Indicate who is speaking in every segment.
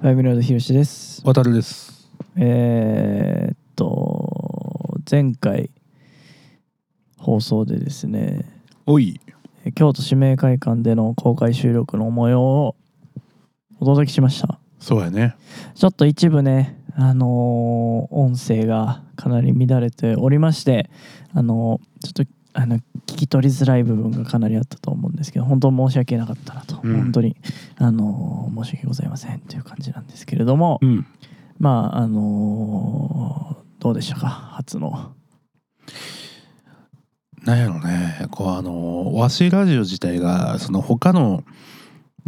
Speaker 1: ライブラードひろしです。
Speaker 2: 渡るです。
Speaker 1: えーっと前回放送でですね
Speaker 2: おい。
Speaker 1: 京都指名会館での公開収録の模様をお届けしました。
Speaker 2: そうやね。
Speaker 1: ちょっと一部ねあのー音声がかなり乱れておりましてあのーちょっとあの聞き取りづらい部分がかなりあったと思うんですけど本当申し訳なかったなと、
Speaker 2: うん
Speaker 1: 本当にあのー申し訳ございませんという感じなんですけれども、
Speaker 2: うん。
Speaker 1: まああのーどうでしたか初の
Speaker 2: なんやろね。こうあの和紙ラジオ自体がその他の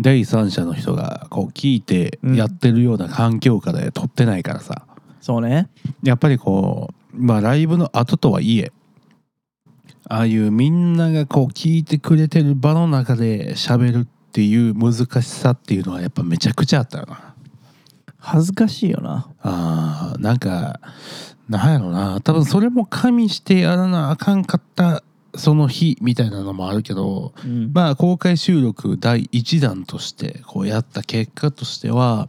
Speaker 2: 第三者の人がこう聞いて
Speaker 1: うん
Speaker 2: やってるような環境下で撮ってないからさ。
Speaker 1: そうね
Speaker 2: やっぱりこうまあライブの後とはいえ。ああいうみんながこう聞いてくれてる場の中で喋るっていう難しさっていうのはやっぱめちゃくちゃあったよな。
Speaker 1: 恥ずかしいよな
Speaker 2: あーなんかなんやろな多分それも加味してやらなあかんかったその日みたいなのもあるけど
Speaker 1: うん、
Speaker 2: まあ公開収録第1弾としてこうやった結果としては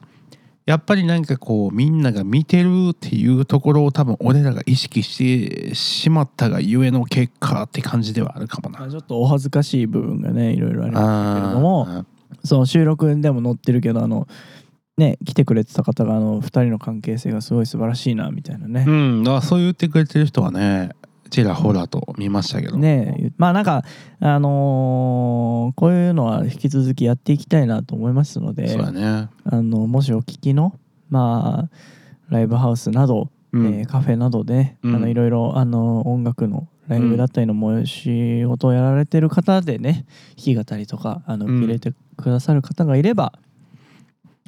Speaker 2: やっぱりなんかこうみんなが見てるっていうところを多分俺らが意識してしまったがゆえの結果って感じではあるかも
Speaker 1: ま
Speaker 2: な
Speaker 1: あ。ちょっとお恥ずかしい部分がねいろいろあります
Speaker 2: あー
Speaker 1: けれどもその収録でも載ってるけどあのね来てくれてた方があの2人の関係性がすごい素晴らしいなみたいなね
Speaker 2: う、んあそう言ってくれてる人はねちらほらと見ましたけど。
Speaker 1: ねえまあなんかあのーこういうのは引き続きやっていきたいなと思いますので
Speaker 2: そうだね。
Speaker 1: あのもしお聞きのまあライブハウスなど、
Speaker 2: うん
Speaker 1: えーカフェなどで、
Speaker 2: うん
Speaker 1: あのいろいろあの音楽のライブだったりの催し事をやられてる方でね弾き語りとかあの
Speaker 2: うん
Speaker 1: 受け入れてくださる方がいれば、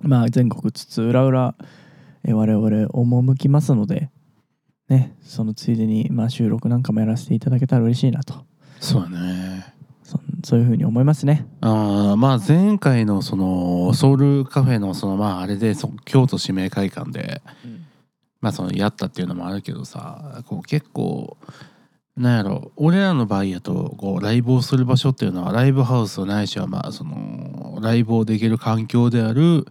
Speaker 1: まあ全国津々浦々えー我々赴きますので、ね、そのついでに、まあ、収録なんかもやらせていただけたら嬉しいなと
Speaker 2: そうだね。
Speaker 1: そそういうふうに思いますね。
Speaker 2: あーまあ前回のそのソウルカフェのそのまああれでそ京都指名会館でまあそのやったっていうのもあるけどさこう結構なんやろ俺らの場合やとこうライブをする場所っていうのはライブハウスないしはまあそのライブをできる環境である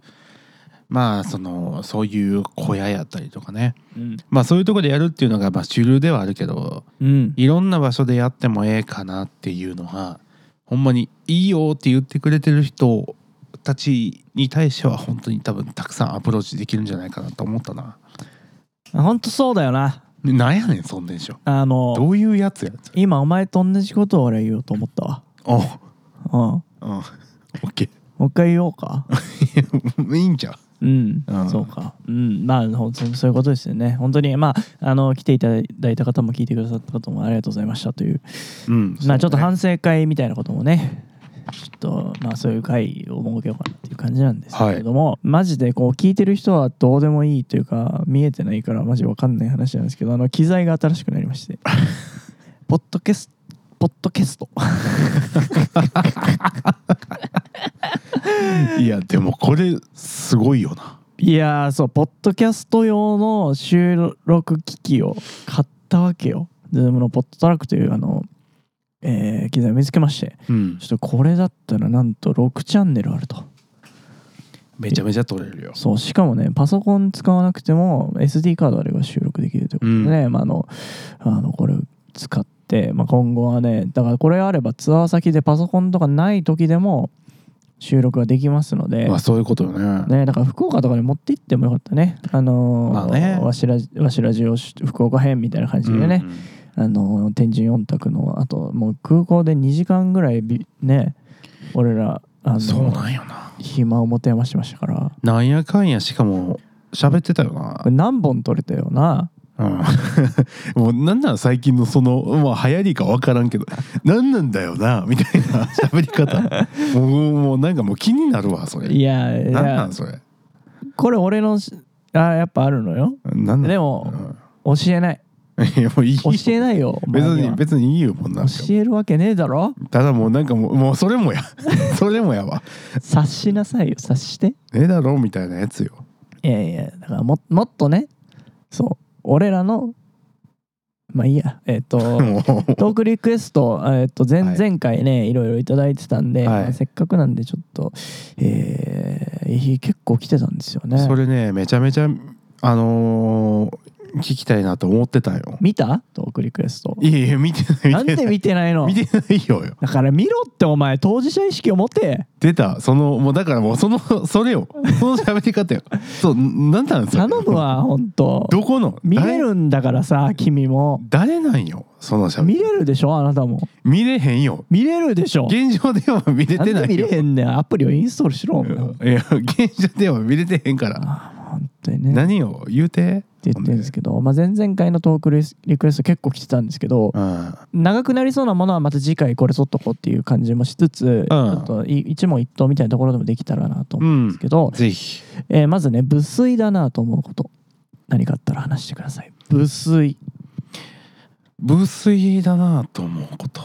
Speaker 2: まあそのそういう小屋やったりとかね
Speaker 1: うん
Speaker 2: まあそういうとこでやるっていうのがまあ主流ではあるけど
Speaker 1: うん
Speaker 2: いろんな場所でやってもええかなっていうのがほんまにいいよって言ってくれてる人たちに対しては本当に多分たくさんアプローチできるんじゃないかなと思ったな。
Speaker 1: あほんとそうだよな。
Speaker 2: でなんやねんそんでしょ。
Speaker 1: あの
Speaker 2: どういうやつやつ
Speaker 1: 今お前と同じことを俺は言おうと思ったわ
Speaker 2: お
Speaker 1: うんも
Speaker 2: うん。オッケ
Speaker 1: う一回言おうか
Speaker 2: ー。い いんじゃん。
Speaker 1: うん、
Speaker 2: うん
Speaker 1: そうかうんまあほんとそういうことですよね本当にまああの来ていただいた方も聞いてくださった方もありがとうございましたという
Speaker 2: うん。
Speaker 1: まあちょっと
Speaker 2: は
Speaker 1: 反省会みたいなこともねちょっとまあそういう会を設けようかなっていう感じなんですけれども、マジでこう聞いてる人はどうでもいいというか見えてないからマジわかんない話なんですけどあの機材が新しくなりまして ポッドキャスポッドキャスト
Speaker 2: いやでもこれすごいよな。
Speaker 1: いやーそうポッドキャスト用の収録機器を買ったわけよ。ででものポッドトラックというあの、えー機材を見つけまして
Speaker 2: うん
Speaker 1: ちょ。っとこれだったらなんと6チャンネルあると
Speaker 2: めちゃめちゃ取れるよ。
Speaker 1: そうしかもねパソコン使わなくても SD カードあれば収録できるということで、ねまあ、あのあのこれを使って、まあ、今後はねだからこれあればツアー先でパソコンとかない時でも収録ができますので
Speaker 2: まあそういうことよね。
Speaker 1: ねだから福岡とかに持って行ってもよかったねあのー
Speaker 2: まあね
Speaker 1: わしらわしらじをし福岡編みたいな感じでね、
Speaker 2: うんうん
Speaker 1: あのー天神四択のあともう空港で2時間ぐらいびね俺らあのー
Speaker 2: そうなんよな。
Speaker 1: 暇を持て余してましたから
Speaker 2: なんやかんやしかも喋ってたよな
Speaker 1: これ。何本撮れたよな
Speaker 2: うん、もうなんなら最近のその、まあ、流行りか分からんけど何なんだよなみたいな 喋り方もうもうなんかもう気になるわそれ
Speaker 1: いやい
Speaker 2: 何な
Speaker 1: や
Speaker 2: んそれ
Speaker 1: これ俺のしあやっぱあるのよ
Speaker 2: 何なん
Speaker 1: で
Speaker 2: う
Speaker 1: も教
Speaker 2: ん
Speaker 1: え ない
Speaker 2: いやもういい
Speaker 1: 教えないよお前
Speaker 2: 別
Speaker 1: は
Speaker 2: に別にいいよもんなん
Speaker 1: 教えるわけねえだろ
Speaker 2: ただもうなんかもうもうそ れもやそれもやわ
Speaker 1: 察しなさいよ察して
Speaker 2: ねえだろみたいなやつよ
Speaker 1: いやいやだからももっとねそう俺らのまあいいやえっ、 と
Speaker 2: もう
Speaker 1: トークリクエスト、えっと前
Speaker 2: はい
Speaker 1: 前回ねいろいろいただいてたんで、
Speaker 2: はい
Speaker 1: まあせっかくなんでちょっと、えー結構来てたんですよね。
Speaker 2: それねめちゃめちゃあのー聞きたいなと思ってたよ
Speaker 1: 見たトークリクエスト。
Speaker 2: いやいや見て
Speaker 1: な
Speaker 2: な
Speaker 1: いん
Speaker 2: 見て
Speaker 1: で
Speaker 2: ない
Speaker 1: 見てないの
Speaker 2: 見てないよよ
Speaker 1: だから見ろってお前当事者意識を持て
Speaker 2: 出たそのもうだからもうそのそれよその喋り方よそうなんなんです
Speaker 1: 頼む わ本当
Speaker 2: どこの
Speaker 1: 見れるんだからさ君も
Speaker 2: 誰誰なんよその喋
Speaker 1: 見
Speaker 2: り
Speaker 1: れるでしょあなたも
Speaker 2: 見れへんよ
Speaker 1: 見れるでしょ
Speaker 2: 現状では見れ
Speaker 1: なん
Speaker 2: てな
Speaker 1: で見
Speaker 2: いよ
Speaker 1: れへんねんアプリをインストールしろお前
Speaker 2: いや現状では見れてへんから
Speaker 1: あ本当にね
Speaker 2: 何を言うて
Speaker 1: って言ってるんですけど、まあ、前々回のトークリクエスト結構来てたんですけど
Speaker 2: うん
Speaker 1: 長くなりそうなものはまた次回これ取っとこうっていう感じもしつつ、ちょっとい一問一答みたいなところでもできたらなと思うんですけど、
Speaker 2: ぜひ
Speaker 1: えーまずね無粋だなと思うこと何かあったら話してください無粋
Speaker 2: 無粋だなと思うこと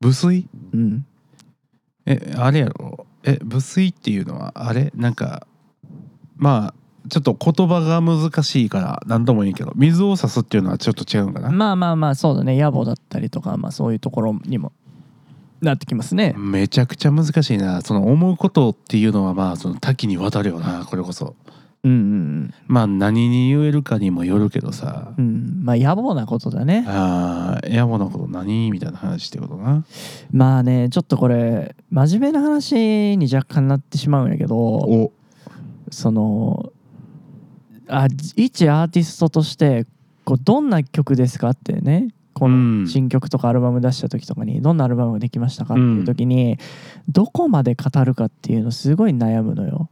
Speaker 2: 無粋
Speaker 1: うん
Speaker 2: えあれやろえ無粋っていうのはあれなんかまあちょっと言葉が難しいから何とも言えんけど水を差すっていうのはちょっと違うんかな、
Speaker 1: まあまあまあそうだね野暮だったりとか、まあ、そういうところにもなってきますね、
Speaker 2: めちゃくちゃ難しいなその思うことっていうのはまあその多岐にわたるよなこれこそ
Speaker 1: うん、うん
Speaker 2: まあ何に言えるかにもよるけどさ、
Speaker 1: うんうんまあ野暮なことだね
Speaker 2: ああ野暮なこと何みたいな話ってことな
Speaker 1: まあねちょっとこれ真面目な話に若干なってしまうんやけど
Speaker 2: お
Speaker 1: そのあ一アーティストとしてこうどんな曲ですかってねこ
Speaker 2: う
Speaker 1: の
Speaker 2: ん
Speaker 1: 新曲とかアルバム出した時とかにどんなアルバムができましたかっていう時にどこまで語るかっていうのすごい悩むのよ。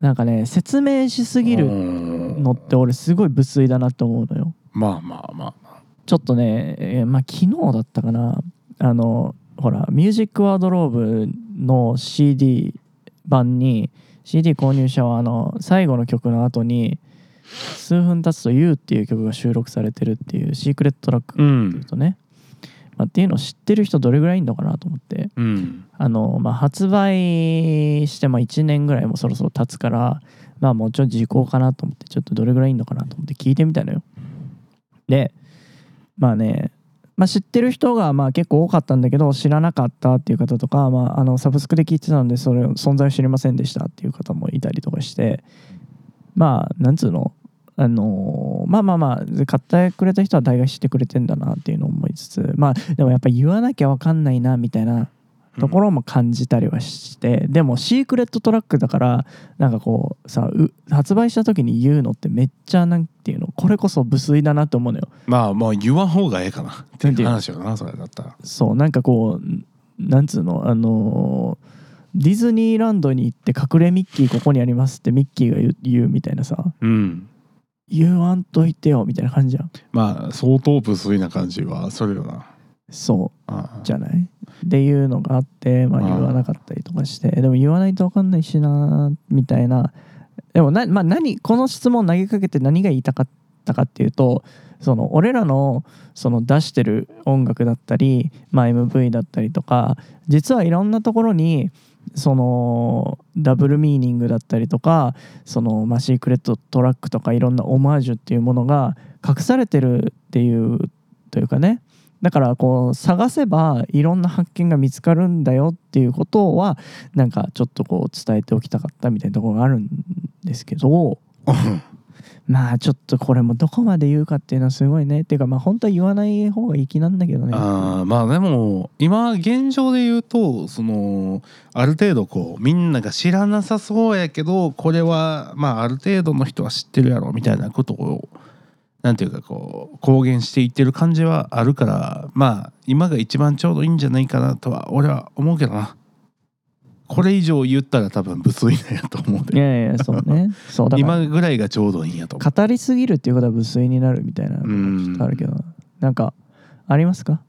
Speaker 1: なんかね説明しすぎる
Speaker 2: の
Speaker 1: のって俺すごい無粋だなと思うのよ。
Speaker 2: まあまあまあ
Speaker 1: ちょっとね、えーまあ、昨日だったかなあのほら「ミュージックワードローブ」の CD 版に CD 購入者はあの最後の曲の後に数分経つと「You」っていう曲が収録されてるっていうシークレットトラック
Speaker 2: う
Speaker 1: っ
Speaker 2: ん
Speaker 1: ていうとね、まあ、っていうのを知ってる人どれぐらいいんのかなと思って
Speaker 2: うん
Speaker 1: あの、まあ、発売してまあ1年ぐらいもそろそろ経つからまあもうちょい時効かなと思ってちょっとどれぐらいいんのかなと思って聞いてみたのよ。でまあね、まあ、知ってる人がまあ結構多かったんだけど知らなかったっていう方とか、まあ、あのサブスクで聞いてたのでそれ存在を知りませんでしたっていう方もいたりとかしてまあなんつうのあのーまあまあまあ買ってくれた人は大概知ってくれてんだなっていうのを思いつつまあでもやっぱ言わなきゃ分かんないなみたいなところも感じたりはして、でもシークレットトラックだからなんかこうさう発売した時に言うのってめっちゃなんていうのこれこそ無粋だなと思うのよ
Speaker 2: まあまあ言わん方がええかなって
Speaker 1: なんて
Speaker 2: い
Speaker 1: いうう
Speaker 2: 話よなそれだったら
Speaker 1: そうなんかこうんなんつうのあのーディズニーランドに行って隠れミッキーここにありますってミッキーが言う言うみたいなさ
Speaker 2: うん
Speaker 1: 言わんといてよみたいな感じじゃん
Speaker 2: まあ相当無粋な感じはそれよな
Speaker 1: そう
Speaker 2: あ
Speaker 1: じゃないっていうのがあって、まあ、
Speaker 2: うん
Speaker 1: 言わなかったりとかしてでも言わないと分かんないしなみたいなでもな、まあ、何この質問投げかけて何が言いたかったかっていうとその俺らのその出してる音楽だったり、まあ、MV だったりとか実はいろんなところにそのダブルミーニングだったりとかその、まあ、シークレットトラックとかいろんなオマージュっていうものが隠されてるっていうというかねだからこう探せばいろんな発見が見つかるんだよっていうことはなんかちょっとこう伝えておきたかったみたいなところがあるんですけ どまあちょっとこれもどこまで言うかっていうのはすごいねっていうかまあ本当は言わない方がいい気なんだけどね。
Speaker 2: あーまあでも今現状で言うとそのある程度こうみんなが知らなさそうやけどこれはまあある程度の人は知ってるやろみたいなことをなんていうかこう公言していってる感じはあるからまあ今が一番ちょうどいいんじゃないかなとは俺は思うけどなこれ以上言ったら多分無粋なんやと思う
Speaker 1: い
Speaker 2: で
Speaker 1: やいやそう ねそうだから
Speaker 2: 今ぐらいがちょうどいいんやと思
Speaker 1: 語りすぎるっていうことは無粋になるみたいなの
Speaker 2: う
Speaker 1: がち
Speaker 2: ん
Speaker 1: ょっとあるけどなんかありますか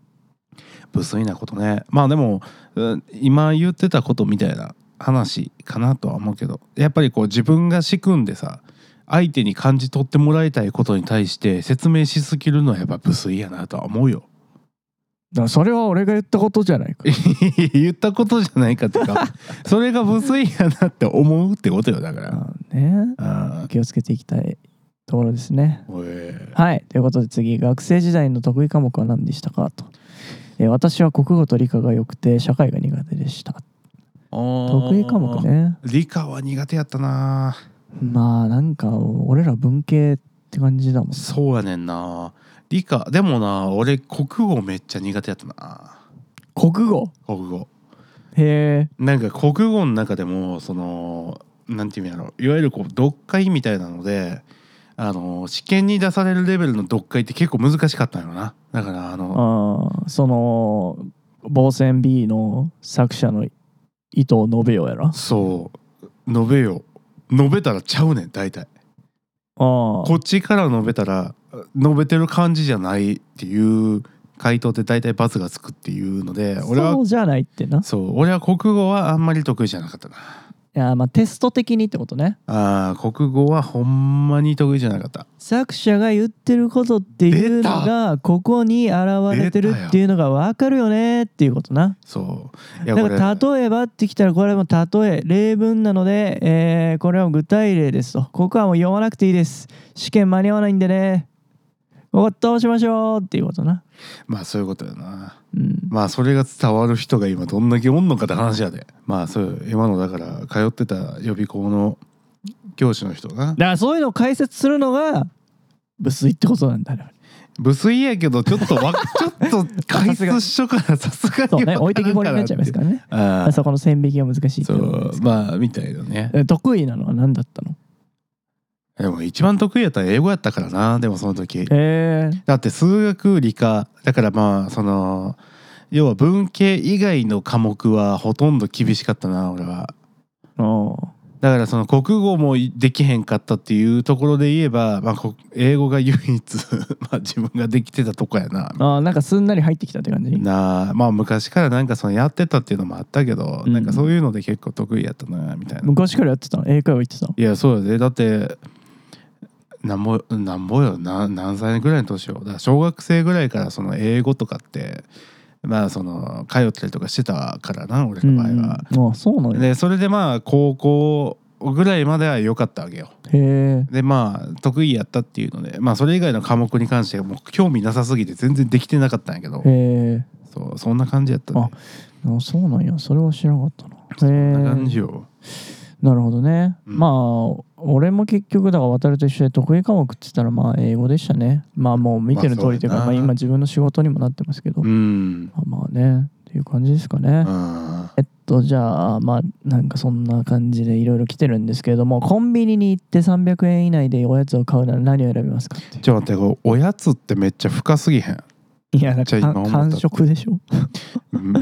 Speaker 2: う無粋なことねまあでもうん今言ってたことみたいな話かなとは思うけどやっぱりこう自分が仕組んでさ相手に感じ取ってもらいたいことに対して説明しすぎるのはやっぱ無粋やなとは思うよ
Speaker 1: だからそれは俺が言ったことじゃないか
Speaker 2: 言ったことじゃないかっていうか それが無粋やなって思うってことよだから
Speaker 1: あーね
Speaker 2: あ
Speaker 1: 気をつけていきたいところですね。
Speaker 2: おえ
Speaker 1: はいということで次学生時代の得意科目は何でしたかと、えー私は国語と理科が良くて社会が苦手でした得
Speaker 2: 得
Speaker 1: 意科目ね
Speaker 2: 理科は苦手やったな
Speaker 1: まあなんか俺ら文系って感じだもん
Speaker 2: そうやねんな理科でもな俺国語めっちゃ苦手やったな
Speaker 1: 国語
Speaker 2: 国語
Speaker 1: へえ
Speaker 2: なんか国語の中でもそのなんていうんやろいわゆるこう読解みたいなのであの試験に出されるレベルの読解って結構難しかったんよなだからあの
Speaker 1: あーその防線 B の作者の伊藤信代やろ
Speaker 2: そう述べよ述べたらちゃうねん大体
Speaker 1: あ
Speaker 2: こっちから述べたら述べてる感じじゃないっていう回答って大体罰がつくっていうので
Speaker 1: あ
Speaker 2: 俺は
Speaker 1: そうじゃないってな
Speaker 2: そう俺は国語はあんまり得意じゃなかったない
Speaker 1: やまあテスト的にってことね
Speaker 2: あー国語はほんまに得意じゃなかった
Speaker 1: 作者が言ってることっていうのがここに現れてるっていうのが分かるよねっていうことな
Speaker 2: そうい
Speaker 1: だから例えばってきたらこれも例え例文なので、えーこれは具体例ですとここはもう読まなくていいです試験間に合わないんでねここどうしましょうっていうことな
Speaker 2: まあそういうことだな
Speaker 1: うん
Speaker 2: まあそれが伝わる人が今どんだけおんのかって話やでまあそう今のだから通ってた予備校の教師の人が
Speaker 1: だからそういうのを解説するのが無粋ってことなん だよ
Speaker 2: 無粋やけどちょっと わちょっと解説しとからさすがに
Speaker 1: そうね
Speaker 2: わ
Speaker 1: 置いて
Speaker 2: ら
Speaker 1: き
Speaker 2: ん
Speaker 1: ぼりになっちゃいますからね
Speaker 2: ああ
Speaker 1: そこの線引きが難しいって
Speaker 2: そ
Speaker 1: いうこと
Speaker 2: う
Speaker 1: です
Speaker 2: まあみたいなね
Speaker 1: え得意なのは何だったの
Speaker 2: でも一番得意やったら英語やったからなでもその時
Speaker 1: えー、
Speaker 2: だって数学理科だからまあその要は文系以外の科目はほとんど厳しかったな俺は
Speaker 1: おう
Speaker 2: だからその国語もできへんかったっていうところで言えば、まあ、こ英語が唯一 まあ自分ができてたとこやな
Speaker 1: あーなんかすんなり入ってきたって感じ
Speaker 2: なあまあ昔からなんかそのやってたっていうのもあったけど、
Speaker 1: うん
Speaker 2: なんかそういうので結構得意やったなみたいな、
Speaker 1: 昔からやってたの英会話行ってたの
Speaker 2: いやそうやでだってなんぼなんぼよな何歳ぐらいの年をだから小学生ぐらいからその英語とかってまあその通ったりとかしてたからな俺の場合は、
Speaker 1: うんうんあそうなんやへ
Speaker 2: でそれでまあ高校ぐらいまでは良かったわけよ
Speaker 1: え
Speaker 2: でまあ得意やったっていうのでまあそれ以外の科目に関してはもう興味なさすぎて全然できてなかったんやけど
Speaker 1: へえ
Speaker 2: そうそんな感じやったね
Speaker 1: あそうなんやそれは知らなかったな
Speaker 2: そ
Speaker 1: へ
Speaker 2: んな感じ
Speaker 1: え
Speaker 2: よ
Speaker 1: なるほどね、
Speaker 2: うん
Speaker 1: まあ俺も結局だから渡ると一緒で得意科目っつったらまあ英語でしたねまあもう見てる通りというか、
Speaker 2: ま
Speaker 1: ま
Speaker 2: あ
Speaker 1: あ
Speaker 2: そうやな
Speaker 1: 今自分の仕事にもなってますけど、
Speaker 2: う
Speaker 1: ま
Speaker 2: ん
Speaker 1: あまあねっていう感じですかね、
Speaker 2: うん
Speaker 1: えっとじゃあまあなんかそんな感じでいろいろ来てるんですけれどもコンビニに行って300円以内でおやつを買うなら何を選びますかっていう
Speaker 2: ちょっと待ってこれおやつってめっちゃ深すぎへん
Speaker 1: いやだ
Speaker 2: じゃ
Speaker 1: か
Speaker 2: あ
Speaker 1: ら
Speaker 2: 今思った
Speaker 1: 完食でしょ
Speaker 2: うんま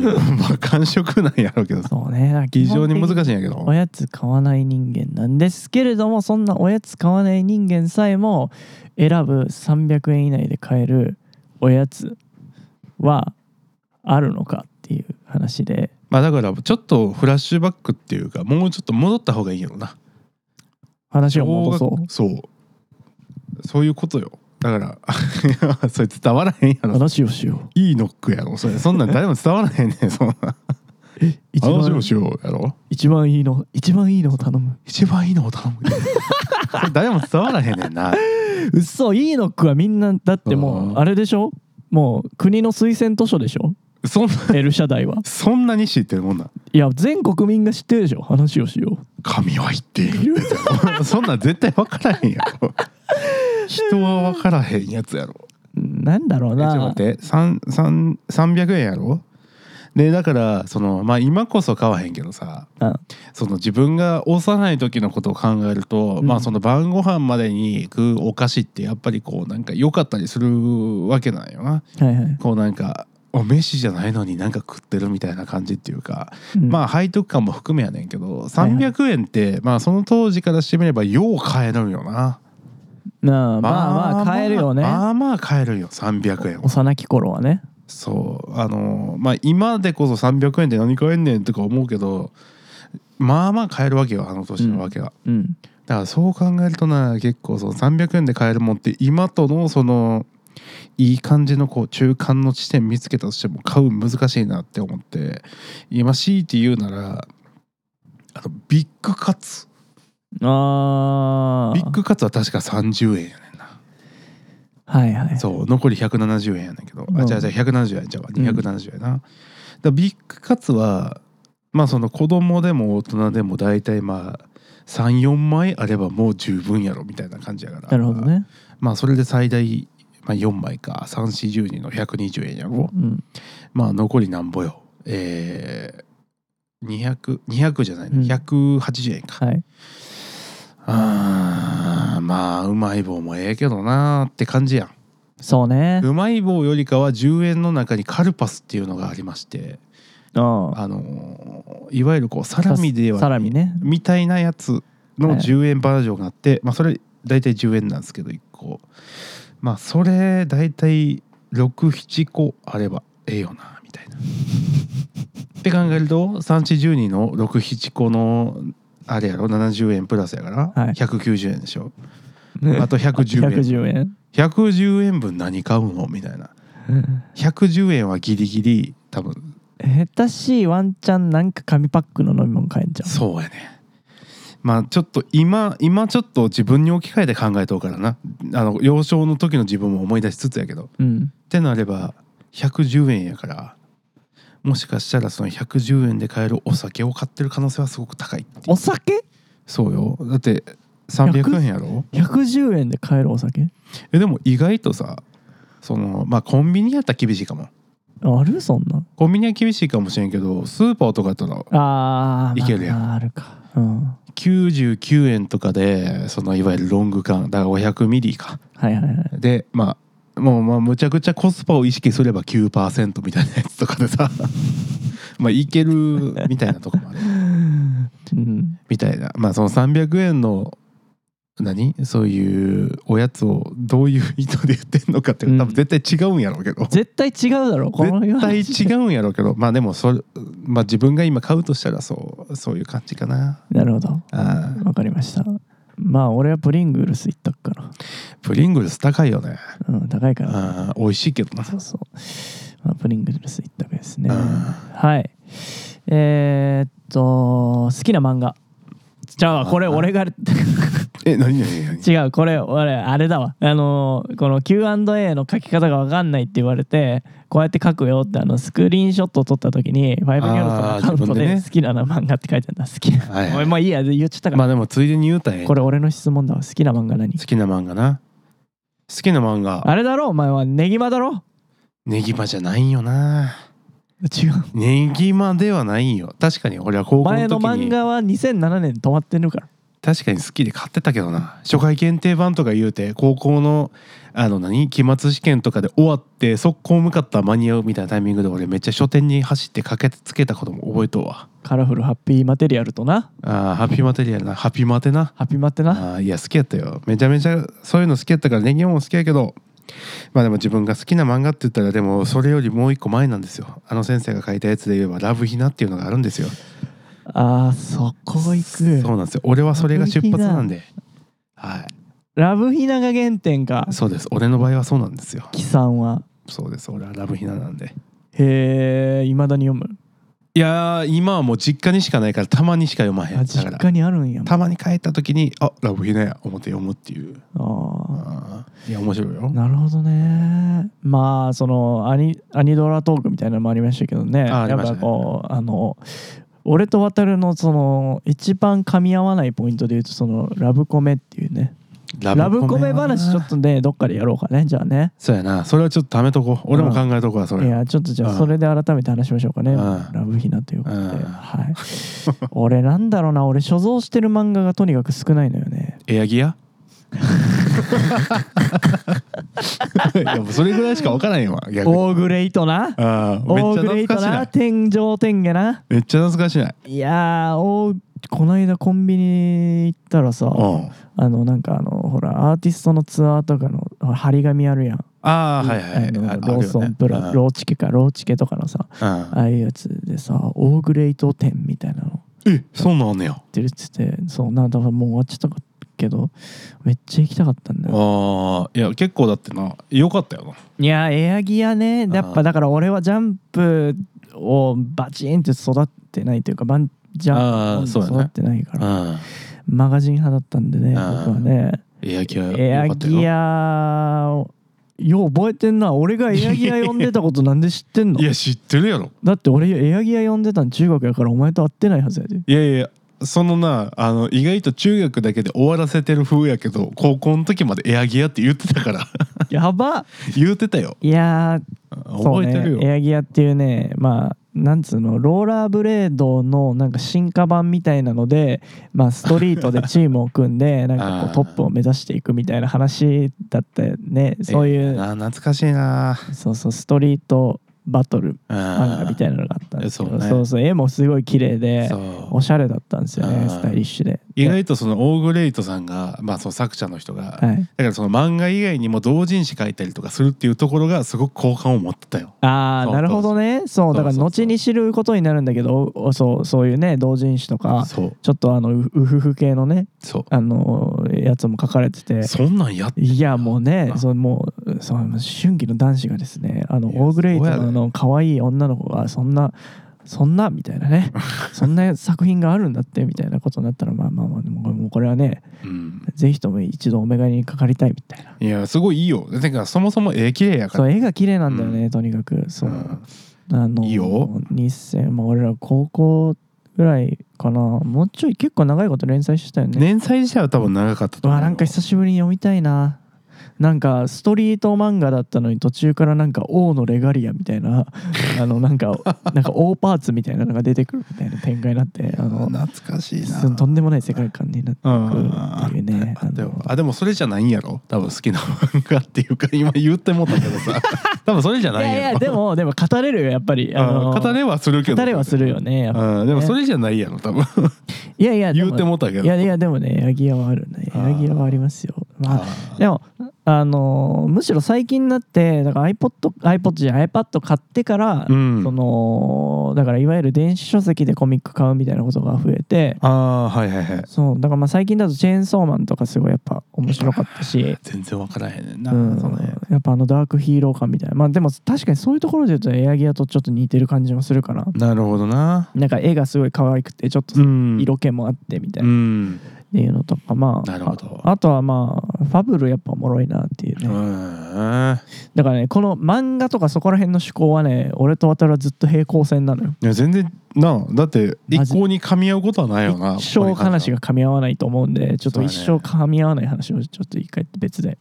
Speaker 2: あ感触なんやろうけどさ
Speaker 1: そうね
Speaker 2: 非常に難
Speaker 1: い
Speaker 2: しいんやけど
Speaker 1: おやつ買わない人間なんですけれどもそんなおやつ買わない人間さえも選ぶ300円以内で買えるおやつはあるのかっていう話で
Speaker 2: まあだからちょっとフラッシュバックっていうかもうちょっと戻った方がいいやろな
Speaker 1: 話を戻そう
Speaker 2: そうそういうことよだからそれ伝わら へんやろ
Speaker 1: 話をしよう
Speaker 2: いいノックやろそれそんなん誰も伝わらへんねんそんな
Speaker 1: 一
Speaker 2: 話
Speaker 1: 番
Speaker 2: をしようやろ
Speaker 1: 一番いいの一番いいのを頼む
Speaker 2: 一番いいのを頼むそれ 誰も伝わらへんねんな
Speaker 1: 嘘いいノックはみんなだっても
Speaker 2: う
Speaker 1: うんあれでしょもう国の推薦図書でしょ
Speaker 2: そんな
Speaker 1: エルシャダイは
Speaker 2: そんなに知ってるもんない
Speaker 1: や全国民が知ってるでしょ話をしよ
Speaker 2: 神は言っている そんなん絶対分からへんやろ人は分からへんやつやろ
Speaker 1: うなんだろう
Speaker 2: えちょっと
Speaker 1: な
Speaker 2: 待って三三300円やろでだからそのまあ今こそ買わへんけどさ
Speaker 1: うん
Speaker 2: その自分が幼い時のことを考えると、
Speaker 1: うん
Speaker 2: まあその晩ご飯までに食うお菓子ってやっぱりこうなんか良かったりするわけなんよな。
Speaker 1: はいはい
Speaker 2: こうなんかお飯じゃないのになんか食ってるみたいな感じっていうか、
Speaker 1: うん
Speaker 2: まあ背徳感も含めやねんけど
Speaker 1: いはい
Speaker 2: 300円って、まあその当時からしてみればよう買えるんよな。
Speaker 1: なあまあまあ買えるよね
Speaker 2: まあまあ買えるんよ300円を
Speaker 1: 幼き頃はね
Speaker 2: そうあのまあ今でこそ300円で何買えんねんとか思うけどまあまあ買えるわけよあの年のわけは、
Speaker 1: うん
Speaker 2: だからそう考えるとな結構その300円で買えるもんって今とのそのいい感じのこう中間の地点見つけたとしても買う難しいなって思って今強いて言うならあのビッグカツ
Speaker 1: ああ
Speaker 2: ビッグカツは確か30円やねんな
Speaker 1: はいはい
Speaker 2: そう残り170円やねんけど、
Speaker 1: う
Speaker 2: あ
Speaker 1: ん
Speaker 2: じゃあじゃあ170円じゃあ270円な、だからビッグカツはまあその子供でも大人でも大体まあ34枚あればもう十分やろみたいな感じやから
Speaker 1: なるほどね
Speaker 2: まあそれで最大、まあ、4枚か340人の120円やろ
Speaker 1: うん
Speaker 2: まあ残りなんぼよえー、200, 200じゃないね、
Speaker 1: うん
Speaker 2: 180円か、
Speaker 1: はい
Speaker 2: あーまあうまい棒もええけどなーって感じやん
Speaker 1: そうね
Speaker 2: うまい棒よりかは10円の中にカルパスっていうのがありまして
Speaker 1: うん
Speaker 2: あのーいわゆるこうサラミでは
Speaker 1: サラミね
Speaker 2: みたいなやつ
Speaker 1: は
Speaker 2: の
Speaker 1: い
Speaker 2: 10円バージョンがあって、まあそれ大体10円なんですけど1個まあそれ大体67個あればええよなみ たいな。って考えると3地10人の67個のあれやろ70円プラスやから、
Speaker 1: はい
Speaker 2: 190円で しょあと110円
Speaker 1: 110円
Speaker 2: 110円分何買うのみたいな110円はギリギリ多分
Speaker 1: 下手しいワンチャンなんか紙パックの飲み物買えんじゃん
Speaker 2: そうやねまあちょっと今今ちょっと自分に置き換えて考えとうからなあの幼少の時の自分も思い出しつつやけど
Speaker 1: うん
Speaker 2: ってなれば110円やからもしかしたらその110円で買えるお酒を買ってる可能性はすごく高いっていう
Speaker 1: お酒
Speaker 2: そうよだって300円やろ
Speaker 1: 110円で買えるお酒
Speaker 2: えでも意外とさそのまあコンビニやったら厳しいかも
Speaker 1: あるそんな
Speaker 2: コンビニは厳しいかもしれんけどスーパーとかやったら
Speaker 1: あー
Speaker 2: いけるやん
Speaker 1: まああるかうん
Speaker 2: 99円とかでそのいわゆるロング缶だから500ミリか
Speaker 1: はいはいはい
Speaker 2: でまあもうまあむちゃくちゃコスパを意識すれば9%みたいなやつとかでさ まあいけるみたいなと こもある
Speaker 1: うん
Speaker 2: みたいなまあその300円の何そういうおやつをどういう意図で言ってんのかって
Speaker 1: うん
Speaker 2: 多分絶対違うんやろうけど、
Speaker 1: 絶対違うだろこの世
Speaker 2: 絶
Speaker 1: の
Speaker 2: 対
Speaker 1: 話
Speaker 2: 違うんやろうけどまあでもそれ、まあ、自分が今買うとしたらそうそういう感じかな
Speaker 1: なるほど
Speaker 2: あ
Speaker 1: わかりましたまあ俺はプリングルス行ったっから
Speaker 2: ープリングルス高いよね
Speaker 1: うん高いから
Speaker 2: あー美味しいけどな
Speaker 1: そうそう、まあ、プリングルス行ったわけですね
Speaker 2: あ
Speaker 1: はいえー、っと好きな漫画じゃあこれ俺が
Speaker 2: え何何何
Speaker 1: 違うこれ俺あれだわあのーこの Q&A の書き方が分かんないって言われてこうやって書くよってあのスクリーンショットを撮った時にファイブギャルズのアカウン
Speaker 2: あー自
Speaker 1: ト
Speaker 2: 分で
Speaker 1: で
Speaker 2: ね
Speaker 1: 好きな漫画って書いてあるんだ好きな、
Speaker 2: はいはい
Speaker 1: おいもういいや言っちゃったから、
Speaker 2: まあでもついでに言うたらええ
Speaker 1: これ俺の質問だわ好きな漫画何
Speaker 2: 好きな漫画な好きな漫画
Speaker 1: あれだろお前はネギマだろ
Speaker 2: ネギマじゃないよな
Speaker 1: 違う
Speaker 2: ネギマではないよ確かに俺は高校
Speaker 1: 前の
Speaker 2: の時
Speaker 1: 漫
Speaker 2: に
Speaker 1: 画は2007年止まってるから
Speaker 2: 確かに好きで買ってたけどな初回限定版とか言うて高校のあの何期末試験とかで終わって速攻向かったら間に合うみたいなタイミングで俺めっちゃ書店に走って駆けつけたことも覚えとうわ
Speaker 1: カラフルハッピーマテリアルとな
Speaker 2: あーハッピーマテリアルなハッピーマテな
Speaker 1: ハッピーマテな
Speaker 2: あーいや好きやったよめちゃめちゃそういうの好きやったからネギも好きやけどまあでも自分が好きな漫画って言ったらでもそれよりもう一個前なんですよあの先生が書いたやつで言えば「ラブヒナ」っていうのがあるんですよ
Speaker 1: あーそこ行
Speaker 2: そう
Speaker 1: く
Speaker 2: なんですよ俺はそれが出発なんでは
Speaker 1: ラブヒナが原点か
Speaker 2: いそうです俺の場合はそうなんですよ
Speaker 1: キさんは
Speaker 2: そうです俺はラブヒナなんで
Speaker 1: へえいまだに読む
Speaker 2: いやー今はもう実家にしかないからたまにしか読まへん
Speaker 1: あ
Speaker 2: だか
Speaker 1: 実
Speaker 2: ら
Speaker 1: 家にあるんや
Speaker 2: たまに帰った時に「あラブヒナや」思って読むっていう
Speaker 1: あ
Speaker 2: あーいや面白いよ
Speaker 1: ーなるほどねまあそのアニアニドラトークみたいなのもありましたけどね
Speaker 2: あーあり
Speaker 1: やっ
Speaker 2: まし
Speaker 1: ぱ
Speaker 2: たね
Speaker 1: こうあの俺と渡るのその一番噛み合わないポイントで言うとそのラブコメっていうね
Speaker 2: ラ
Speaker 1: ラブコ
Speaker 2: は
Speaker 1: メ
Speaker 2: な
Speaker 1: 話ちょっとねどっかでやろうかねじゃあね
Speaker 2: そうやなそれはちょっとためとこう俺も考えとこうわそれ
Speaker 1: いやちょっとじゃ
Speaker 2: う
Speaker 1: あ
Speaker 2: ん
Speaker 1: それで改めて話しましょうかね、
Speaker 2: うん
Speaker 1: ラブヒナということで、
Speaker 2: うん
Speaker 1: はい 俺なんだろうな俺所蔵してる漫画がとにかく少ないのよね
Speaker 2: エ アギアいやもうそれぐらいしか分からへんわ逆に
Speaker 1: オーグレイトな
Speaker 2: ああめっ
Speaker 1: オー
Speaker 2: ちゃ
Speaker 1: グレイト
Speaker 2: 懐かしな
Speaker 1: ない天井天下な
Speaker 2: めっちゃ懐かしない
Speaker 1: いやーおこの間コンビニ行ったらさ
Speaker 2: うん
Speaker 1: あのなんかあのほらアーティストのツアーとかのほら張り紙あるやん、
Speaker 2: ああはいはいは
Speaker 1: あ
Speaker 2: い
Speaker 1: の
Speaker 2: あ
Speaker 1: ローソンプラ、
Speaker 2: あるよね
Speaker 1: ローチケかローチケとかのさ
Speaker 2: うん
Speaker 1: ああいうやつでさオーグレイト店みたいなの
Speaker 2: うんえそんなんあんねやあ
Speaker 1: ってるっつってそうなんだからもう終わっちゃったけどめっちゃ行きたかったんだよ
Speaker 2: あいや結構だってな良かったよない
Speaker 1: やエアギアねやっ
Speaker 2: あ
Speaker 1: ぱ
Speaker 2: ー
Speaker 1: だから俺はジャンプをバチンって育ってないというかバンジャン
Speaker 2: あー
Speaker 1: プ
Speaker 2: そうだね
Speaker 1: 育ってないから
Speaker 2: うん
Speaker 1: マガジン派だったんでね僕
Speaker 2: あー
Speaker 1: はね
Speaker 2: エアギア
Speaker 1: エア
Speaker 2: 良かったよ
Speaker 1: ギアをよう覚えてんな俺がエアギア呼んでたことなんで知ってんの
Speaker 2: いや知ってるやろ
Speaker 1: だって俺エアギア呼んでたん中学やからお前と会ってないはず やで
Speaker 2: いやいやそのなあの意外と中学だけで終わらせてる風やけど高校の時までエアギアって言ってたから
Speaker 1: やば
Speaker 2: 言ってたよ
Speaker 1: いやーそう
Speaker 2: 覚えてる
Speaker 1: ね
Speaker 2: よ、
Speaker 1: エアギアっていうねまあなんつうのローラーブレードのなんか進化版みたいなので、まあ、ストリートでチームを組ん でなんかこうトップを目指していくみたいな話だったよねそういう
Speaker 2: あ懐かしいな
Speaker 1: そうそうストリートバトル漫画みたいなのがあったんですけど
Speaker 2: えそうね
Speaker 1: そうそう絵もすごい綺麗で
Speaker 2: そう
Speaker 1: おしゃれだったんですよ
Speaker 2: う
Speaker 1: ね
Speaker 2: ん
Speaker 1: スタイリッシュで。
Speaker 2: 意外とそのオーグレイトさんが、まあ、その作者の人が、
Speaker 1: ではい、
Speaker 2: だからその漫画以外にも同人誌書いたりとかするっていうところがすごく好感を持ってたよ。
Speaker 1: ああ
Speaker 2: そう
Speaker 1: なるほどねそうだから
Speaker 2: そうそうそう
Speaker 1: 後に知ることになるんだけどおそうそういうね同人誌とか
Speaker 2: そう
Speaker 1: ちょっとあのううふふ系のね
Speaker 2: そ
Speaker 1: あのやつも書かれてて
Speaker 2: うそんなんやっ
Speaker 1: いやもうね
Speaker 2: あ
Speaker 1: そのもうその思春期の男子がですねあの
Speaker 2: いや
Speaker 1: オーグレイト
Speaker 2: そうや
Speaker 1: の
Speaker 2: で
Speaker 1: あの可愛い女の子がそんなそんなみたいな ねそんな作品があるんだってみたいなことになったらまあまあまあもうもうこれはね
Speaker 2: うん、
Speaker 1: ぜひとも一度お目がにかかりたいみたいな。
Speaker 2: いやすごいいいよてかそもそも絵綺麗やか
Speaker 1: そ
Speaker 2: ら
Speaker 1: う絵が綺麗なんだよね、とにかくそう、
Speaker 2: うん
Speaker 1: あの
Speaker 2: いいよ
Speaker 1: 日清まあ俺ら高校ぐらいかなもうちょい結構長いこと連載してたよね
Speaker 2: 連載自体は多分長かったと
Speaker 1: わ
Speaker 2: 思う
Speaker 1: あ
Speaker 2: よ
Speaker 1: なんか久しぶりに読みたいななんかストリート漫画だったのに途中からなんか王のレガリアみたい なあのなんかなんか王パーツみたいなのが出てくるみたいな展開になってあの
Speaker 2: 懐かしいな
Speaker 1: そのとんでもない世界観になって
Speaker 2: う
Speaker 1: い
Speaker 2: ん
Speaker 1: くっていうね
Speaker 2: あでも
Speaker 1: あの
Speaker 2: あでもそれじゃないんやろ多分好きな漫画っていうか今言ってもったけ どさ多分それじゃないいん
Speaker 1: やい
Speaker 2: や
Speaker 1: や
Speaker 2: ろ
Speaker 1: でもでも語れるよやっぱりあの
Speaker 2: うん語れはするけど
Speaker 1: 語れはするよねやっぱ
Speaker 2: うんでもそれじゃないやろ多分
Speaker 1: いやいやで
Speaker 2: 言うてもうたけど
Speaker 1: いやいやでもねヤギ屋はあるね
Speaker 2: あー
Speaker 1: ヤギ屋はありますよまあ
Speaker 2: あ
Speaker 1: でもあのーむしろ最近になってだから iPod, iPod じゃない iPad 買ってから、
Speaker 2: うん
Speaker 1: そのだからいわゆる電子書籍でコミック買うみたいなことが増えて
Speaker 2: あーはいはいはい
Speaker 1: そうだからまあ最近だと「チェーンソーマン」とかすごいやっぱ面白かったし。
Speaker 2: 全然わからへんねん な、
Speaker 1: うん
Speaker 2: その辺
Speaker 1: やっぱあのダークヒーロー感みたいなまあでも確かにそういうところで言うとエアギアとちょっと似てる感じもするから
Speaker 2: なるほどな
Speaker 1: なんか絵がすごい可愛くてちょっと
Speaker 2: うん
Speaker 1: 色気もあってみたいな
Speaker 2: うん
Speaker 1: っていうのとかまあ
Speaker 2: なるほど
Speaker 1: ああとはまあファブルやっぱおもろいなっていうね、
Speaker 2: うん
Speaker 1: だからねこの漫画とかそこら辺の趣向はね俺と渡るはずっと平行線なのよ
Speaker 2: いや全然なだって
Speaker 1: マ
Speaker 2: 一
Speaker 1: ジ
Speaker 2: 向に噛み合うことはないよな
Speaker 1: 一生話が噛み合わないと思うんでちょっと
Speaker 2: そうだ
Speaker 1: 一
Speaker 2: ね
Speaker 1: 生噛み合わない話をちょっと一回別で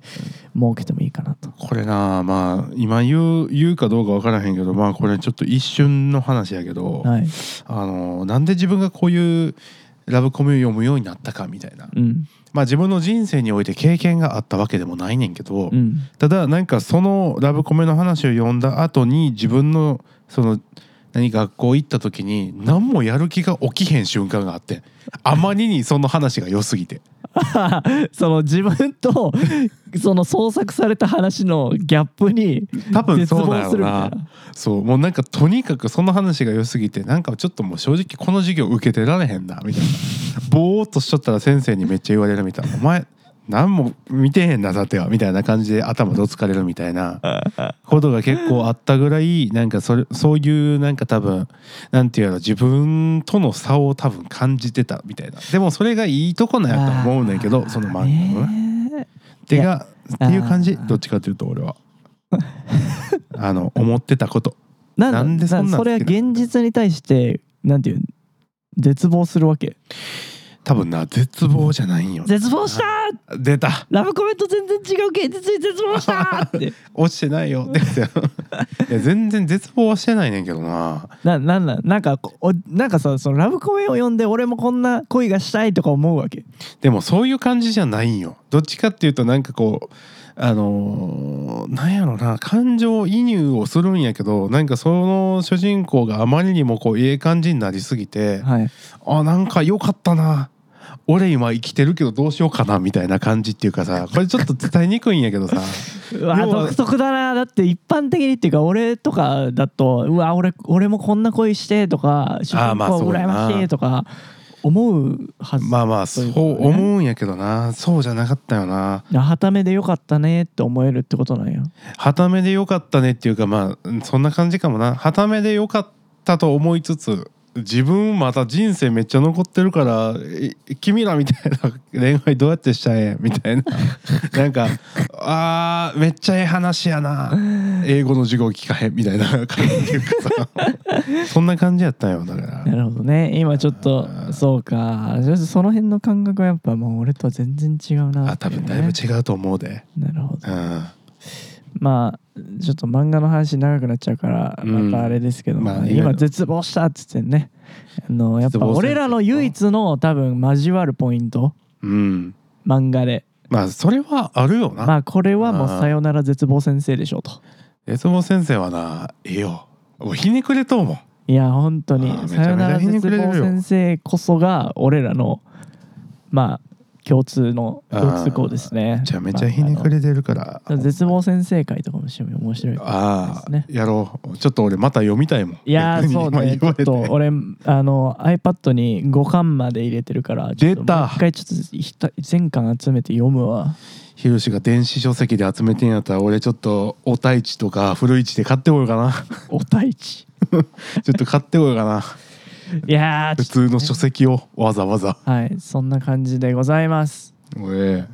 Speaker 1: 設けてもいいかなと
Speaker 2: これなまあ今言う言うかどうか分からへんけどまあこれちょっと一瞬の話やけど、
Speaker 1: はい
Speaker 2: あのなんで自分がこういうラブコメを読むようになったかみたいな、
Speaker 1: うん
Speaker 2: まあ自分の人生において経験があったわけでもないねんけど、
Speaker 1: うん
Speaker 2: ただなんかそのラブコメの話を読んだ後に自分のその何学校行った時に何もやる気が起きへん瞬間があってあまりにその話が良すぎて
Speaker 1: その自分と その創作された話のギャップに
Speaker 2: 多分そうだ
Speaker 1: 絶望
Speaker 2: よ
Speaker 1: するみたい
Speaker 2: な
Speaker 1: な
Speaker 2: そうもうなんかとにかくその話が良すぎてなんかちょっともう正直この授業受けてられへんなみたいなぼーっとしちゃったら先生にめっちゃ言われるみたいな「お前何も見てへんなさては」みたいな感じで頭どつかれるみたいなことが結構あったぐらいなんかそれそういうなんか多分なんていうの自分との差を多分感じてたみたいなでもそれがいいとこなんやと思うねんけどその漫画のね。
Speaker 1: ね
Speaker 2: てがっていう感じ
Speaker 1: あー
Speaker 2: どっちかというと俺は あの思ってたこと
Speaker 1: なんだ
Speaker 2: なんでそんなん
Speaker 1: それは
Speaker 2: 好きな
Speaker 1: 現実に対してなんていう絶望するわけ
Speaker 2: 多分な絶望じゃないんよ
Speaker 1: 絶望した
Speaker 2: 出た
Speaker 1: ラブコメント全然違う現実に絶望したって
Speaker 2: 落ちてないよって言っていや全然絶望はしてないねんけどな
Speaker 1: ななんなんなんかこおなんかさそのラブコメを読んで俺もこんな恋がしたいとか思うわけ
Speaker 2: でもそういう感じじゃないんよどっちかっていうとなんかこうあのーなんやろな感情移入をするんやけどなんかその主人公があまりにもこうええ感じになりすぎて
Speaker 1: はい
Speaker 2: あなんか良かったな俺今生きてるけどどうしようかなみたいな感じっていうかさこれちょっと伝えにくいんやけ どさ
Speaker 1: うわ
Speaker 2: 要は
Speaker 1: 独特だなだって一般的にっていうか俺とかだとうわ俺俺もこんな恋してとか主
Speaker 2: あー
Speaker 1: 人
Speaker 2: まあそ
Speaker 1: 公
Speaker 2: う
Speaker 1: 羨
Speaker 2: やな
Speaker 1: ましいとか思うはず
Speaker 2: まあまあ
Speaker 1: そ
Speaker 2: そう
Speaker 1: いう
Speaker 2: う
Speaker 1: ことね
Speaker 2: 思うんやけどなそうじゃなかったよな
Speaker 1: はためでよかったねって思えるってことなんや
Speaker 2: はためで良かったねっていうかまあうんそんな感じかもなはためで良かったと思いつつ自分また人生めっちゃ残ってるからえ君らみたいな恋愛どうやってしたらええんみたいな なんかあーめっちゃええ話やな英語の授業聞かへんみたいな感じっていうかさそんな感じやったんよだか
Speaker 1: な
Speaker 2: ら
Speaker 1: るほどね今ちょっとそうかその辺の感覚はやっぱもう俺とは全然違うな
Speaker 2: あ
Speaker 1: って
Speaker 2: 多
Speaker 1: いうね、
Speaker 2: 分だいぶ違うと思うで、
Speaker 1: なるほど
Speaker 2: うん、
Speaker 1: まあちょっと漫画の話長くなっちゃうから
Speaker 2: うん
Speaker 1: またあれですけど、
Speaker 2: まあ
Speaker 1: まあ
Speaker 2: いろいろ
Speaker 1: 今絶望したっつってねあのやっぱ
Speaker 2: 絶望する
Speaker 1: 俺らの唯一の多分交わるポイント
Speaker 2: うん、
Speaker 1: 漫画で
Speaker 2: まあそれはあるよな、
Speaker 1: まあこれはもう
Speaker 2: あー
Speaker 1: さよなら絶望先生でしょうと
Speaker 2: 絶望先生はないいよもうひねくれと思う
Speaker 1: いや本当
Speaker 2: あー
Speaker 1: に
Speaker 2: めちゃめち
Speaker 1: さ
Speaker 2: ゃ
Speaker 1: よなら
Speaker 2: ひね
Speaker 1: 絶
Speaker 2: くれてるよ
Speaker 1: 望先生こそが俺らのまあ共通の
Speaker 2: あー
Speaker 1: 共通項ですね
Speaker 2: めちゃめちゃひねくれてるから、
Speaker 1: まああの絶望先生会とかもしても面白い
Speaker 2: あ
Speaker 1: で
Speaker 2: あ、
Speaker 1: すね
Speaker 2: やろうちょっと俺また読みたいもん
Speaker 1: いやー
Speaker 2: 逆に
Speaker 1: そう
Speaker 2: 今
Speaker 1: ね
Speaker 2: 言
Speaker 1: ちょ
Speaker 2: わ
Speaker 1: っ
Speaker 2: れて
Speaker 1: と俺あの iPad に5巻まで入れてるから
Speaker 2: 出た
Speaker 1: ちょっともう一回ちょっとひた全巻集めて読むわ
Speaker 2: ヒロシが電子書籍で集めてんやったら俺ちょっとおたいちとか古市で買ってこようかな
Speaker 1: お太一
Speaker 2: ちょっと買ってこようかない
Speaker 1: やー
Speaker 2: 普
Speaker 1: ちょっ
Speaker 2: 通の書籍をわざわざ
Speaker 1: とはいそんな感じでございます
Speaker 2: おえ